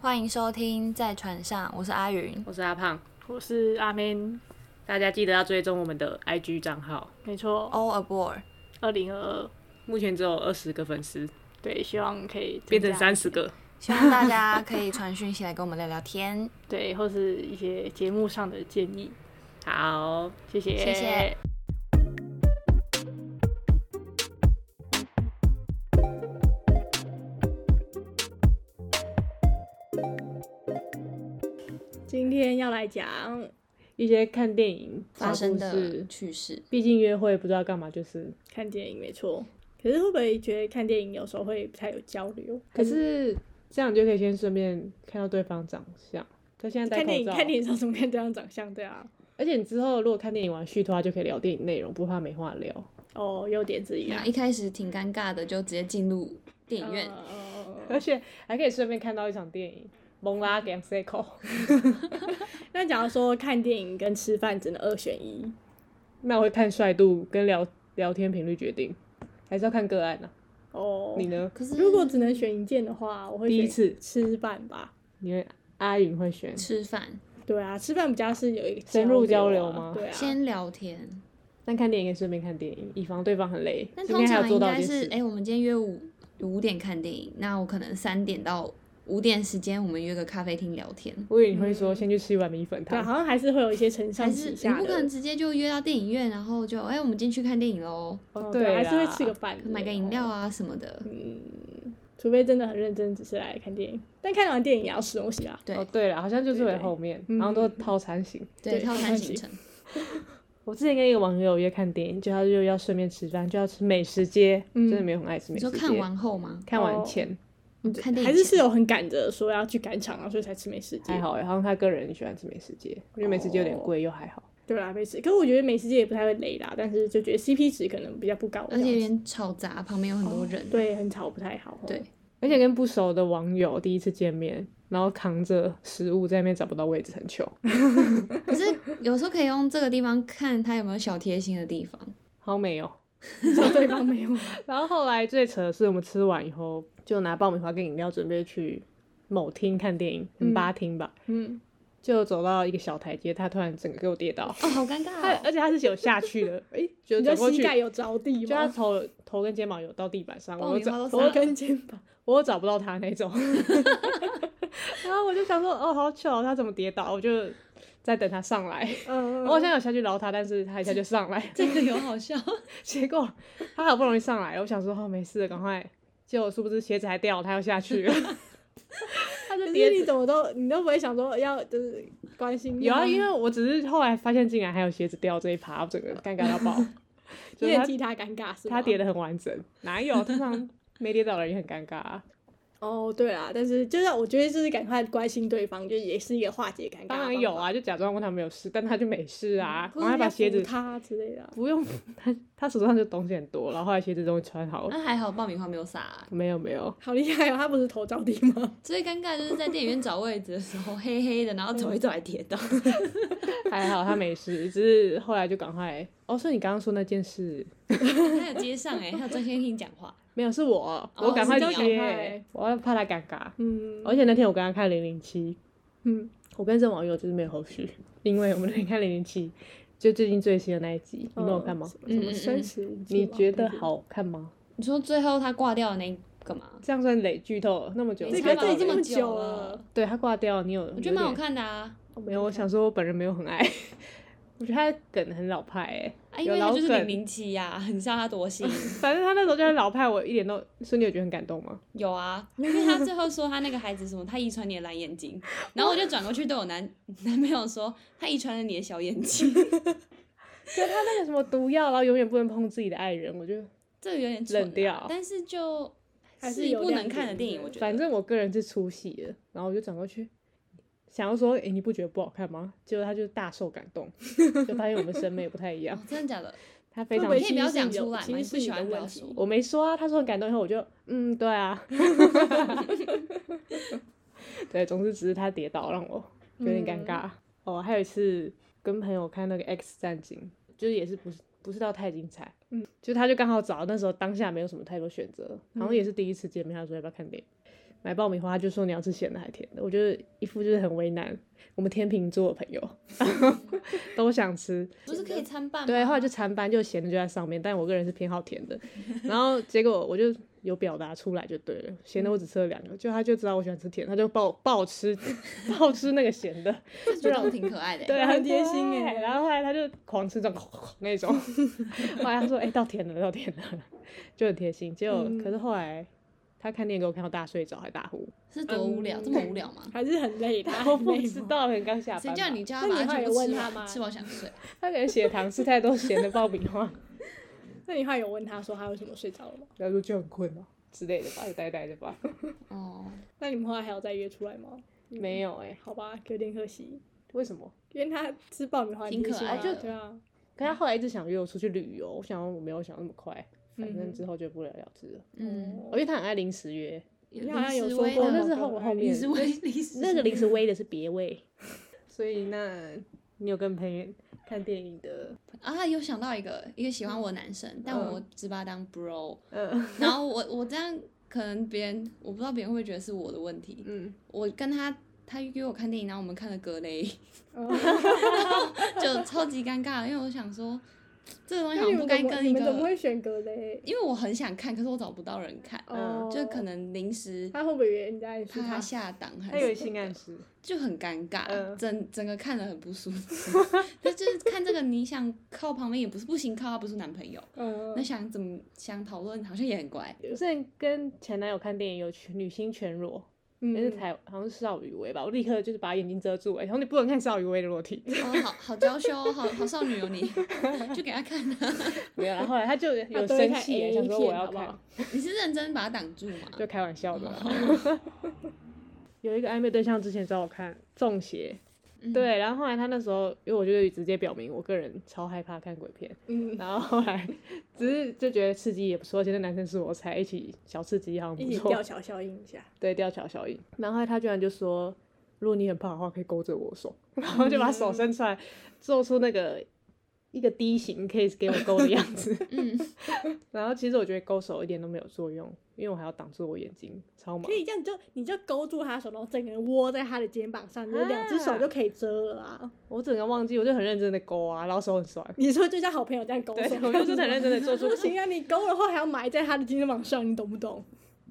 欢迎收听在船上，我是阿云。我是阿胖，我是阿 Man，大家记得要追踪我们的 IG 账号，没错， All aboard！二零二二，目前只有二十个粉丝，对，希望可以变成增加三十个。希望大家可以传讯息来跟我们聊聊天。对，或是一些节目上的建议，好，谢谢，谢谢。今天要来讲一些看电影发生小故的事趣事，毕竟约会不知道干嘛，就是。看电影，没错。可是会不会觉得看电影有时候会不太有交流？可是这样你就可以先顺便看到对方长相。他现在戴看电口影，罩，看电影上怎么看对方长相？对啊，而且你之后如果看电影完续的话，就可以聊电影内容，不怕没话聊。哦，优点之一啊那。一开始挺尴尬的，就直接进入电影院。呃 而且还可以顺便看到一场电影。蒙拉 g a m s e c o 那假如说看电影跟吃饭只能二选一， 那我会看帅度跟聊聊天频率决定，还是要看个案呢、哦，你呢？可是如果只能选一件的话，我会第一选次吃饭吧。你会阿云会选吃饭对啊，吃饭比较是有一个深入交流流啊吗对啊，先聊天，但看电影也顺便看电影，以防对方很累。但今通天还要常应做到一该件是事，哎、我们今天约五五点看电影，那我可能三点到五点时间，我们约个咖啡厅聊天。我以为你会说先去吃一碗米粉对啊，汤，好像还是会有一些承上还是启你下不可能的。直接就约到电影院，然后就哎、我们进去看电影喽，哦哦对对啊，还是啦会吃个饭，买个饮料。啊什么的。除非真的很认真，只是来看电影。但看完电影也要吃东西啊。对哦对了，好像就是对会对后面，嗯然后都套餐型。对，对套餐套餐行行程。我之前跟一个网友约看电影，就他就要顺便吃饭，就要吃美食街，嗯真的没有很爱吃你美说食街。看完后吗？看完哦前嗯看电影还是前是有很赶着说要去赶场啊，所以才吃美食街还。好欸，好像他个人喜欢吃美食街，因为美食街有哦点贵又还好。对啦，美食，可是我觉得美食街也不太会雷啦，但是就觉得 CP 值可能比较不高，而且有点吵杂，旁边有很多人。对很吵不太好哦。对而且跟不熟的网友第一次见面，然后扛着食物在那边找不到位置，很糗。可是有时候可以用这个地方看他有没有小贴心的地方。好美哦。说对方没有。然后后来最扯的是，我们吃完以后就拿爆米花跟饮料准备去某厅看电影，嗯、吧厅吧， 嗯，就走到一个小台阶，他突然整个给我跌倒，哦，好尴他尬、哦。 而且他是有下 去的，哎、就你走的过膝去，盖就有着地他吗？头头跟肩膀有到地板上，爆我米花找都头撒了，跟肩膀。我找不到他那 种，然后我就想说，哦，好糗，他怎么跌倒？我就在等他上来，嗯，我好像有下去捞他，但是他一下就上来， 这个有好笑。 结果他好不容易上来，我想说哦没事了，赶快。结果殊不知鞋子还掉，他又下去了。他的爹，你怎么都你都不会想说要就是关心有他啊，因为我只是后来发现，竟然还有鞋子掉这一趴，我整个尴尬到爆。就 是你也他替他尴尬是吗？他跌的很完整，哪有？通常没跌倒的人也很尴尬、 啊。哦，对啦，但是就是我觉得就是赶快关心对方，就也是一个化解尴尬。当然有，啊，就假装问他没有事，但他就没事啊。或然后他者嗯是把要鞋扶子他之类的啊。不用，他他手上就东西很多，然后后来鞋子终于穿好了。啊那还好爆米花没有撒、啊。没有没有，好厉害哦！他不是头着地吗？ 最尴尬就是在电影院找位置的时候，黑黑的，然后走一走还跌 倒。还好他没事，只是后来就赶快。哦，所以你刚刚说那件事他有接上哎、他有专心听你讲话。没有，是我，哦我赶快是你赶接快，我要怕他尴尬。嗯而且那天我跟他看零零七，嗯，我跟这网友就是没有后续，因为我们那天看零零七，就最近最新的那一集，你们有看吗？什么什嗯嗯么嗯生死啊无你尽吗觉得？好看吗？你说最后他挂掉的那个嘛？这样算累剧透了那么久，没这差个吧这已这经么很久久了了，对他挂掉，你有我我觉得蛮好，看的啊。有点没有，我想说我本人没有很爱， 我觉得他的梗很老派哎、啊，因有为他老就是零梗零七呀，很像他多心。反正他那时候就很老派，我一点都，所以你有觉得很感动吗？ 有 啊，因为他最后说他那个孩子什么，他遗传你的蓝眼睛，然后我就转过去对我男 男朋友说，他遗传了你的小眼睛， 可是他那个什么毒药，然后永远不能碰自己的爱人，我就这个有点蠢啊冷掉但是就还是是一有部亮能看的点电影，对我觉得。反正我个人是出戏的，然后我就转过去，想要说，诶，你不觉得不好看吗？结果他就大受感动， 就发现我们审美不太一样哦，，真的假的？他非常会你不可以会不要其实讲有出来嘛，其你实不是喜有欢不要问题说。我没说啊，他说很感动以后，我就嗯，对啊， 对，总之只是他跌倒让我有点尴尬。哦，还有一次跟朋友看那个《X 战警》，就是也是不是不是到太精彩，嗯，就他就刚好找那时候当下没有什么太多选择，好像也是第一次见面，他说要不要看电影，买爆米花，他就说你要吃咸的还是甜的，我觉得一副就是很为难。我们天秤座的朋友 都想吃，不是可以参半吗？对，后来就缠班就咸的就在上面，但我个人是偏好甜的。然后结果我就有表达出来就对了，咸的我只吃了两个，就他就知道我喜欢吃甜，他就爆爆吃 爆吃那个咸的，这举动挺可爱的欸。对，很很贴可心爱欸然后后来他就狂吃这种那种，后来他说：“哎、到甜了，到甜了。”就很贴心。结果、嗯可是后来他看电影给我看到大睡着还大呼，是多无嗯聊，这么无聊 吗？还是很累的，我很不累知吗道，可能刚下班谁吧。叫你叫他那把你它后来全有部问吃他完，吗吃饱想睡？他可能血糖吃太多 咸的爆米花，那你后来有问他说他为什么睡着了吗？然后说就很困了之类的吧，就呆呆的吧。哦，那你们后来还有再约出来吗？没有哎、好吧，有点可惜，为什么？因为他吃爆米花挺可你喜欢爱的对啊，可他后来一直想约我出去旅游，我想我没有想那么快，反嗯正哼之后就不了了之了。嗯，哦因为他很爱临时约，你好像有说哦过，那是后后面你是为你 是那个临时微的是别位， 所以那你有跟朋友看电影的，啊，有想到一个一个喜欢我的男生，但嗯我只把他当 bro，嗯然 后我我这样可能别人我不知道别人会不会觉得是我的问题，嗯，我跟他。他约我看电影，然后我们看了《格雷》，哦就超级尴尬，因为我想说，这个东西那好你像不们该怎么跟哦你一们怎么个，会选格雷？因为我很想看，可是我找不到人看，嗯哦，就可能临时他会不会以为你在暗示怕他他？下档还他是有性暗 示，就很尴尬，嗯整整个看得很不舒服。 但就是看这个，你想靠旁边也不是不行，靠他不是男朋友。嗯 那想怎么想讨论，好像也很怪。我之前跟前男友看电影有去女星全裸，那是嗯，台好像是邵雨薇吧，我立刻就是把眼睛遮住、哎，然后你不能看邵雨薇的裸体，哦， 好好娇羞哦，好好少女 哦你，就给他看啊。 没有啦，后来他就他有都会生看气、哎 A 想说我片要好不看，好？你是认真把他挡住吗？哦就开玩笑 的啦。有一个暧昧对象之前找我看《中邪》，嗯，对，然后后来他那时候，因为我就直接表明我个人超害怕看鬼片，嗯，然后后来只是就觉得刺激也不错，而且那男生是我才一起小刺激好像一不起错 吊，桥效应一下，对，吊桥效应。然后后来他居然就说，如果你很胖的话，可以勾着我手，然后就把手伸出来，做出那个一个低型可以给我勾的样子。嗯， 然后其实我觉得勾手一点都没有作用，因为我还要挡住我眼睛，超忙可。以这样就你就勾住他的手，然后整个人窝在他的肩膀上，你就两只手就可以遮了啊。我整个忘记，我就很认真的勾啊，然后手很酸。你说就像好朋友这样勾对，手， 我就真的很认真的 做出不 行啊！你勾了后还要埋在他的肩膀上，你懂不懂？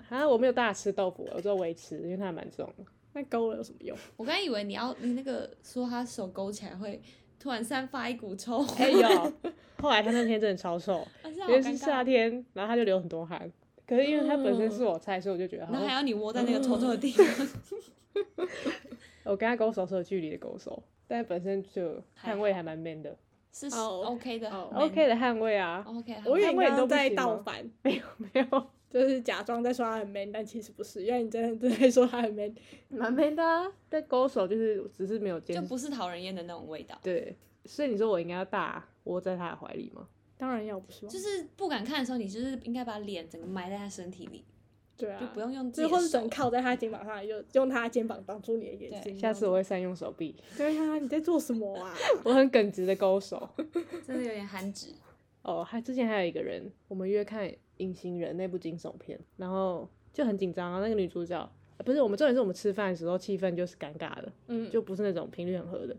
啊，我没有大吃豆腐，我只有微吃，因为它还蛮重的。那勾了有什么用？我刚以为你要你那个说他手勾起来会突然散发一股臭味，哎呦， 后来他那天真的超 瘦，啊这样因好为是尴夏尬。天，然后他就流很多汗。可是因为他本身是我菜，所以我就觉得好然后还像要你窝在嗯那个嗯臭臭的地 方，我跟他勾手是有距离的勾手，但本身就还捍好卫还蛮 man 的是是哦 OK 的哦，OK 的捍卫啊， OK 我以为你那我也刚都不刚在行吗倒反， 没有没有，就是假装在说他很 man，但其实不是，因为你真的正在说他很 man。蛮 man 的啊。但勾手就是只是没有就坚持，不是讨人厌的那种味道。对。所以你说我应该要大窝在他的怀里吗？当然要不是吗就？是不敢看的时候，你就是应该把脸整个埋在他身体里，对就啊不，用用自就己或的者手整。靠在他肩膀上，就用他的肩膀挡住你的眼睛。下次我会善用手臂，对啊，你在做什么啊？我很耿直的勾手。真的有点憨直。哦，还之前还有一个人，我们约看《隐形人》那部惊悚片，然后就很紧张啊。那个女主角、呃不是我们，重点是我们吃饭的时候气氛就是尴尬的，嗯，就不是那种频率很合的。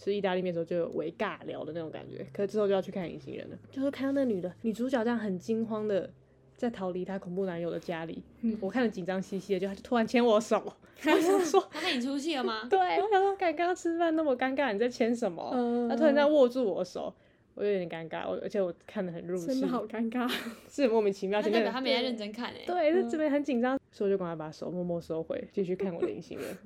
吃意大利面的时候就有微尬聊的那种感觉，可是之后就要去看《隐形人》了。就是看到那女的女主角这样很惊慌的在逃离她恐怖男友的家里，嗯我看着紧张兮兮的，就她就突然牵我 手，我想说，他看你出戏了吗？对，我想说，刚刚吃饭那么尴尬，你在牵什么？嗯他突然这样握住我的手，我有点尴尬，我而且我看得很入真戏的，好尴尬。是很莫名其妙。他前代面表他的没在认真看诶、欸。对，这这边很紧张，所以我就赶快把手默默收回，继续看我的隐 形人，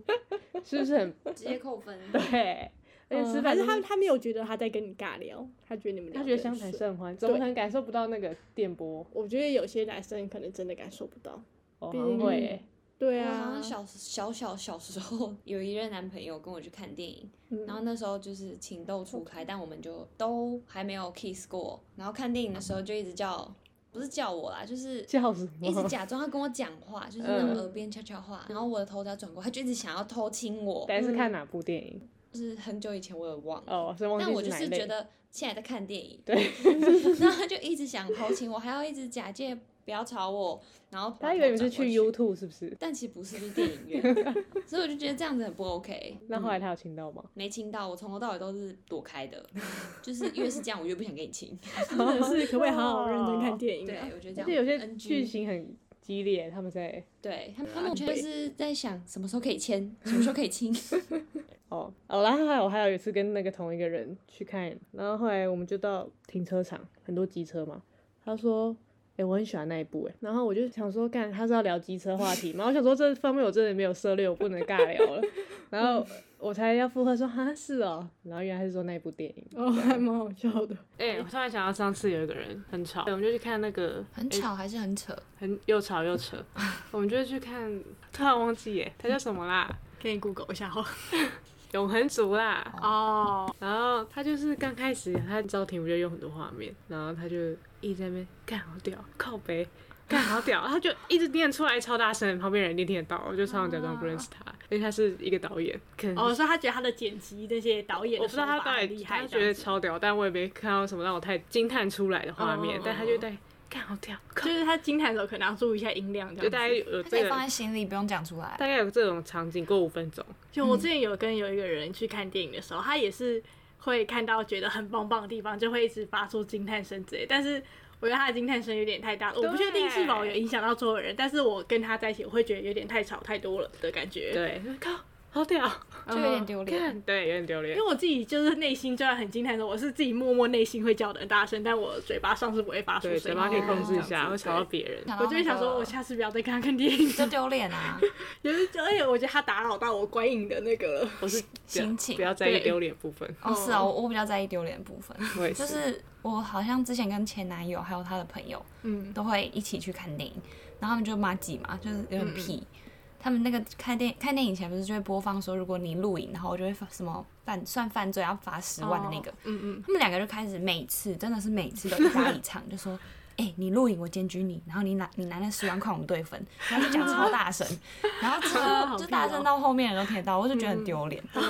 是不是很直接扣分。对？而且吃嗯饭还就是他他没有觉得他在跟你尬聊，他觉得你们他聊觉得得相很谈顺甚欢，怎么对可能感受不到那个电波？我觉得有些男生可能真的感受不到。哦，毕很竟会欸，对我好啊像，小小小小时候有一任男朋友跟我去看电影，嗯然后那时候就是情窦初开，但我们就都还没有 kiss 过。然后看电影的时候就一直叫，不是叫我啦， 就是叫什一直么？假装要跟我讲话，就是那种嗯耳边悄悄话。然后我的头只要转过，他就一直想要偷亲我。但是嗯看哪部电影？就是很久以前我也忘了，哦，是忘但我记就哪一是觉类。 得现在在看电影，对，然后他就一直想偷情，我还要一直假借不要吵我，然后把他以为头你是转过去 YouTube 是不是？但其实不是，就是电影 院，所以我就觉得这样子很不 OK。嗯那后来他有听到吗？没亲到，我从头到尾都是躲开 的，就是越是这样，我越不想跟你亲。真的是可不可以好好认真看电影对啊？，我觉得这嗯样。而且有些 NG 剧情很激烈，他们在对他们，他们就是在想什么时候可以签，什么时候可以亲。哦哦，然后还有还有一次跟那个同一个人去看，然后后来我们就到停车场，很多机车嘛。他说：“哎、我很喜欢那一部哎。”然后我就想说，干他是要聊机车话题嘛？我想说这方面我真的没有涉猎，我不能尬聊了。然后我才要附和说：“哈，是哦。”然后原来是说那一部电影。 哦，还蛮好笑的。哎、我突然想到上次有一个人很吵，我们就去看那个 很吵还是很扯？很又吵又扯，我们就去看，突然忘记耶，他叫什么啦？给你 Google 一下哈。永恒族啦，哦，然后他就是刚开始他招婷不就用很多画面，然后他就一直在那边干好屌，靠背干好屌，他就一直念出来超大声，旁边人一定听得到，我就常常假装不认识他，因为他是一个导演，可能哦，所以他觉得他的剪辑那些导嗯演我的不知道手他法到很底厉害他这觉得样子，超屌，但我也没看到什么让我太惊叹出来的画面，哦但他就在干好屌，靠就是他惊叹的时候可能要注意一下音量就这样大概子。有他可以这放个。在心里，不用讲出来。大概有这种场景过五分钟，就我之前有跟有一个人去看电影的时候，他也是会看到觉得很棒棒的地方，就会一直发出惊叹声之类。但是我觉得他的惊叹声有点太大了，我不确定是否有影响到所有人，但是我跟他在一起，我会觉得有点太吵太多了的感觉。对，靠，好屌，就有哦点丢脸。看，对，有点丢因脸为。我自己就是内心就算很惊叹的时候，我是自己默默内心会叫的很大声，但我嘴巴上是不会发出声对，音，嘴巴可以控制一下，会这样子吵到。别人。想到对我就会想那说，个我下次不要再跟他看电 影。就丢脸啊，有一而哎且我觉得他打扰到我观影的那个了。 我是心情啊不要嗯在意对丢脸部分，哦，是啊，我我比较在意丢脸的部分，我也。就是是我好像之前跟前男友还有他的朋友嗯，都会一起去看电影，然后他们就骂鸡嘛，就是有点屁。他们那个看电看电影前不是就会播放说，如果你录影，然后我就会发什么犯算犯罪要罚十万的那个。哦，嗯嗯，他们两个就开始每次真的是每次都一搭一 唱，就说：“哎、你录影我检举你，然后你拿你拿那十万块我们对分。”然后就讲超大声，然后 好超就屁大哦声到后面人都听得到，我就觉得很丢 脸。走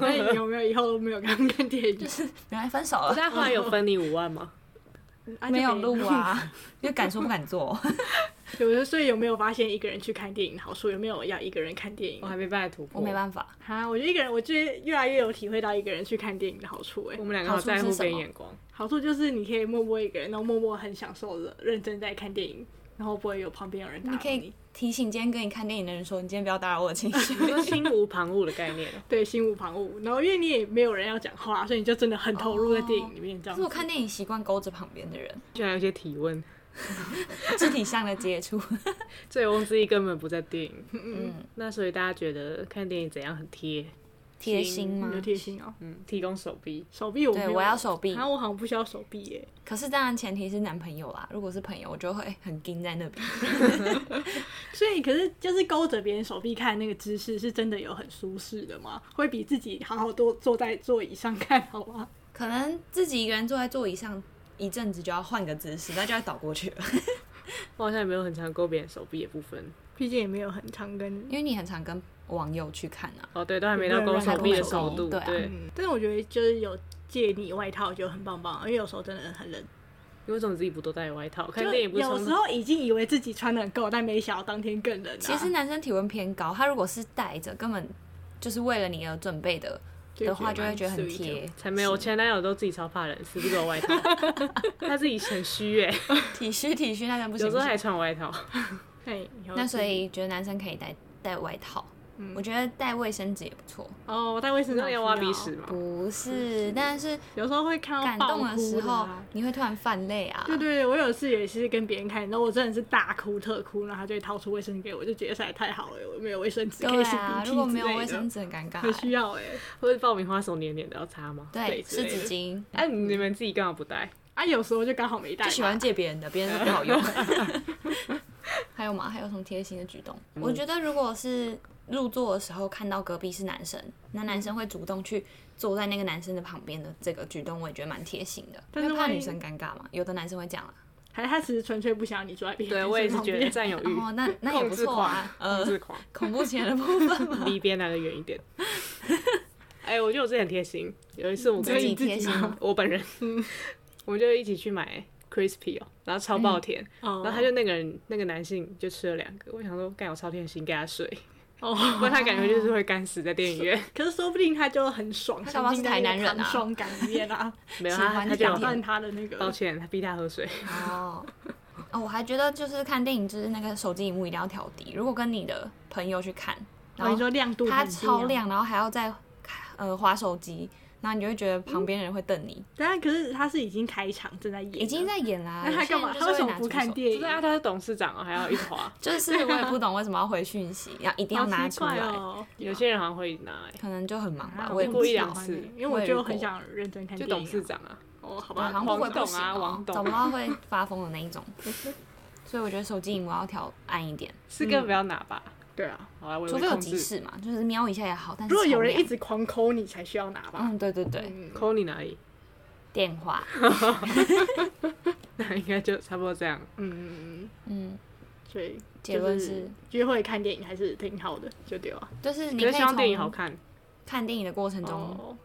那你哎 有没有以后都没有跟他们看电影？嗯就是原来分手 了，那后来有分你五万吗？啊没有录。 啊，就敢说不敢做。就没有的，所以有没有发现一个人去看电影的好处？有没有要一个人看电影哦我？还没办法突 破。我没办法，哎哈，我觉得一个人，我觉得越来越有体会到一个人去看电影的好处、欸。我们两个好在乎别人眼光，好处就是你可以默默一个人，然后默默很享受的认真在看电影，然后不会有旁边有人打你扰可以 提醒今天跟你看电影的人说，你今天不要打扰我的情绪。我说心无旁骛的概念哦对，心无旁骛。然后因为你也没有人要讲话，所以你就真的很投入在电影里面，这哦可样是子。我看电影习惯勾着旁边的人， 居然有些提问，肢体上的接触。醉翁之意根本不在电影。嗯，那所以大家觉得看电影怎样很贴？ 贴心吗你的？贴心哦、嗯，提供手臂。手臂我没对，有我要手臂啊然。后我好像不需要手臂耶、可是当然前提是男朋友啦，如果是朋友，我就会很盯在那边。所以可是就是勾着别人手臂看那个姿势，是真的有很舒适的吗？会比自己好好多坐在座椅上看好吗？可能自己一个人坐在座椅上一阵子，就要换个姿势，那就要倒过去了。我好像也没有很常勾别人手臂的部分。 毕竟也没有很常跟 因为你很常跟网友去看啊，哦，对，都还没到勾手臂的高度。对啊对，嗯，但是我觉得就是有借你外套就很棒棒，因为有时候真的很冷。你为什么自己不多带外套？看就电影不是有冲时候已经以为自己穿的很够，但没想到当天更冷、啊。其实男生体温偏高，他如果是带着，根本就是为了你而准备的的话，就会觉得很蛮 sweet 的。贴。才没有，我前男友都自己超怕冷，死不给我外套，他自己很虚哎，体虚体虚，那真不行。有时候不行还穿外套。嘿哎以后那所自己以觉得男生可以带带外套，我觉得带卫生纸也不错。哦，我带卫生纸啊那要好挖需鼻屎吗？不是，但是有时候会看到感爆动的哭时候啊，你会突然泛泪啊。对对对，我有一次也是跟别人看，然后我真的是大哭特哭，然后他就会掏出卫生纸给我，我就觉得实在太好了，我没有卫生纸可对以擤啊，鼻涕如果没有之类卫的生纸很尴尬很欸。需要哎、或者爆米花手黏黏的要擦吗？对，之湿类的纸巾，哎、你们自己干嘛不带？啊，有时候就刚好没带嘛，就喜欢借别 人的，别人的不好用。 还有吗？还有什么贴心的举动？嗯我觉得如果是入座的时候看到隔壁是男生，那男生会主动去坐在那个男生的旁边的这个举动，我也觉得蛮贴心的。但是因为怕万一女生尴尬嘛，有的男生会啊讲啦。还他其实纯粹不想要你坐在别人对我也是觉得在占有欲、哦，那那也控不制错狂、啊。控呃，制 狂，恐怖情人的部分嘛，离别男的远一点。哎、我觉得我自己很贴心。有一次我自跟 己贴心。我本人，我们就一起去买 crispy 哦，然后超爆甜，哦然后他就那个人那个男性就吃了两个，我想说干我超偏心给他水，不哦，然他感觉就是会干死在电影 院。可是说不定他就很爽，他搞不好是台南人啊沉浸在那个爽感里面 啊，没有喜他欢他的就打有感觉断他的那个。抱歉，他逼他喝 水。哦。 哦，我还觉得就是看电影，就是那个手机荧幕一定要调低。如果跟你的朋友去看，然后然哦后你说亮度它很低啊超，亮，然后还要再呃划手机，然后你就会觉得嗯旁边人会瞪你，但可是他是已经开场正在演了，已经在演啦。啊 那他有些干人嘛？就他是为会什么拿不出看手电不是影？啊，他是董事长哦，还要一坨啊。就是我也不懂为什么要回讯息，要一定要拿好奇出怪来，哦。有些人好像会拿欸，可能就很忙吧。啊我也我不过一知道两次因为我就很想认真看就电董影事啊。长啊。哦，好对，好吧像，不回黄不董行啊哦王，董找不到会发疯的那一 种。所以我觉得手机荧幕要调暗一点，是根本不要拿吧？对啊。好啦，我嗯也除会非有控急制。事嘛，就是瞄一下也好。但是如果有超人亮一直狂抠你，才需要拿吧。嗯，对对对，抠你哪里？ 电话，那应该就差不多这样。嗯嗯嗯，嗯，所以结论就是约会看电影还是挺好的，就对了。就是你可可以是希望电影好从看，看电影的过程中，哦，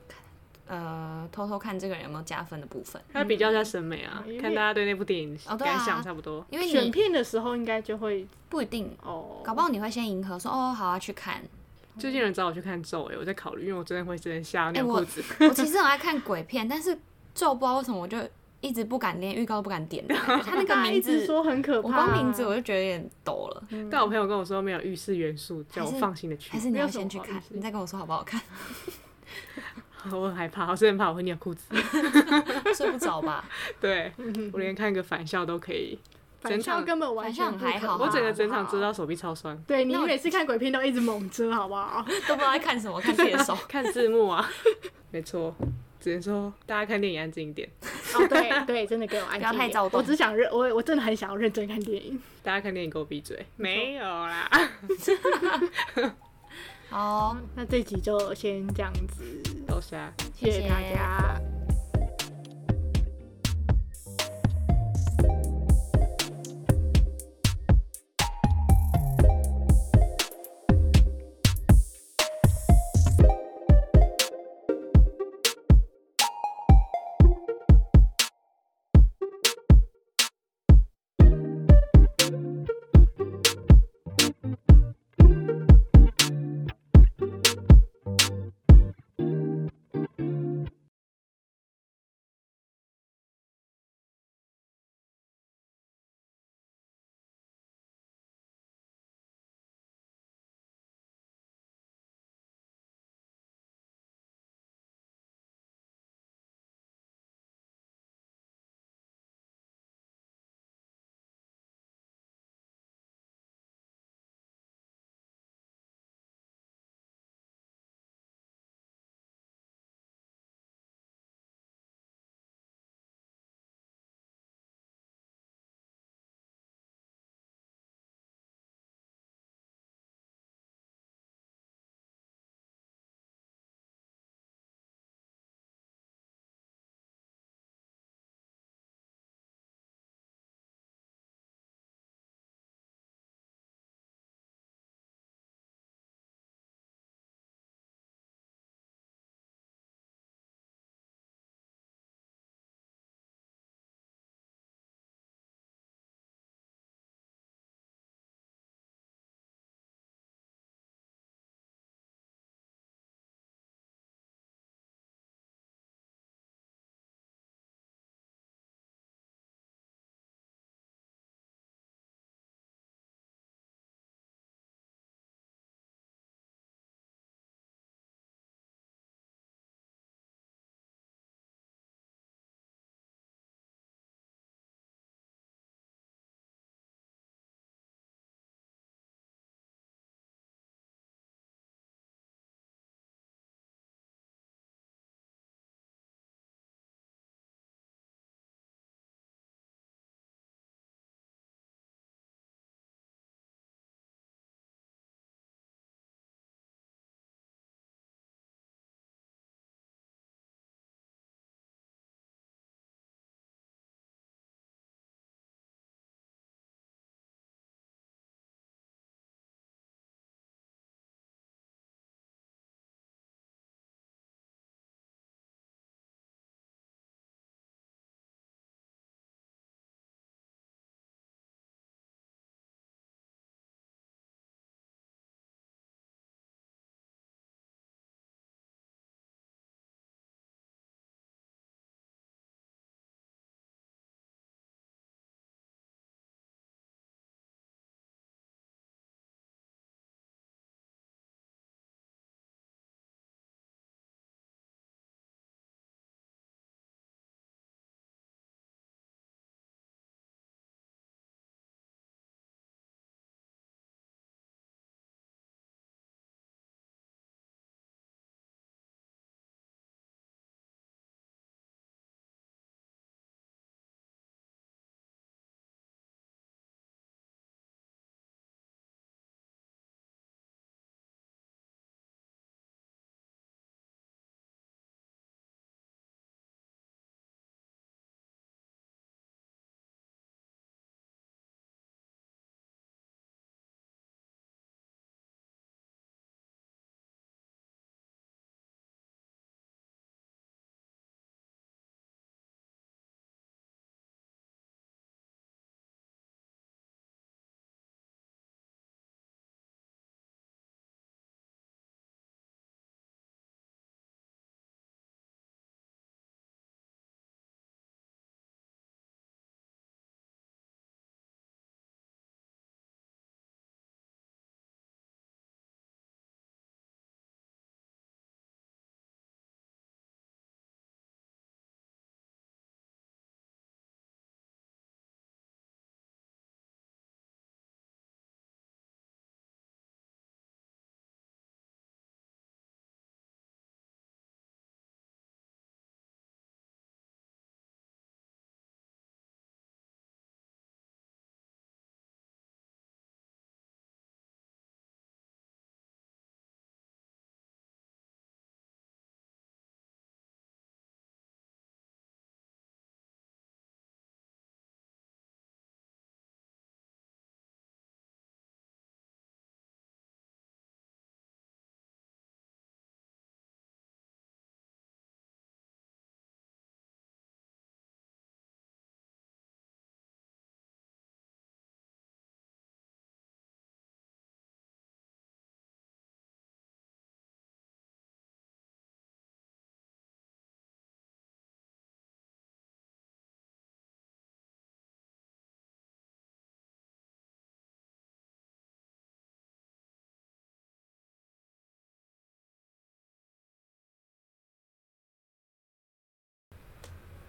呃，偷偷看这个人有没有加分的部分，它比较一下审美啊嗯因，为看大家对那部电影哦对啊感想差不多。因为选你片的时候应该就会不一定，哦，搞不好你会先迎合说哦好啊去看， 最近有人找我去看《咒》哎，我在考虑，因为我真的会真的吓到哎尿我 裤子。我其实很爱看鬼片，但是就不知道为什么我就一直不敢连预告都不敢 点，他那个大家一名直字，说很可我怕，嗯光名字我就觉得有点抖了，但我朋友跟我说没有浴室元素，叫我还是放心的去还。是你没有要什么先去好意看，思你再跟我说好不好看， 我很害怕，我是很怕我会尿裤子。 睡不着吧？ 对我连看个返校都可以，嗯反整校场根本完全反校还好不可我怕整个整场遮到手臂超酸。对你那我每次看鬼片都一直猛遮，好不好？都不知道在看什么，看自己的 手。看字幕啊， 没错，只能说大家看电影安静一点，哦， 对对，真的给我安静一点。不要太躁动我只想认，我我真的很想要认真看电影。大家看电影给我闭嘴。没有 啦，好哦，那这集就先这样子，都瞎。谢谢大谢谢家。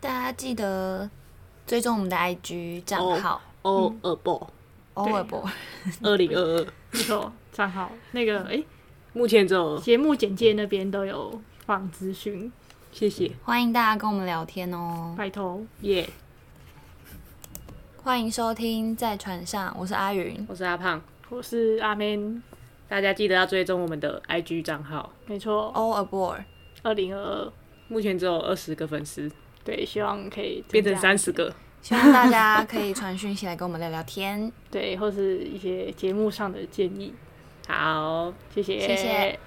大家记得追踪我们的 IG 账号哦，二爆，偶尔播， 二零二二，没错，账号那个哎，目前只有节目简介那边都有放资讯，谢谢欢迎大家跟我们聊天哦。拜托，耶，欢迎收听《在船上》，我是阿云，我是阿胖，我是阿 Man，大家记得要追踪我们的 IG 账号，没错， All Aboard，二零二二，目前只有二十个粉丝，对，希望可以变成增加三十个，希望大家可以传讯息来跟我们聊聊天。对，或是一些节目上的建议。好。谢谢，谢谢。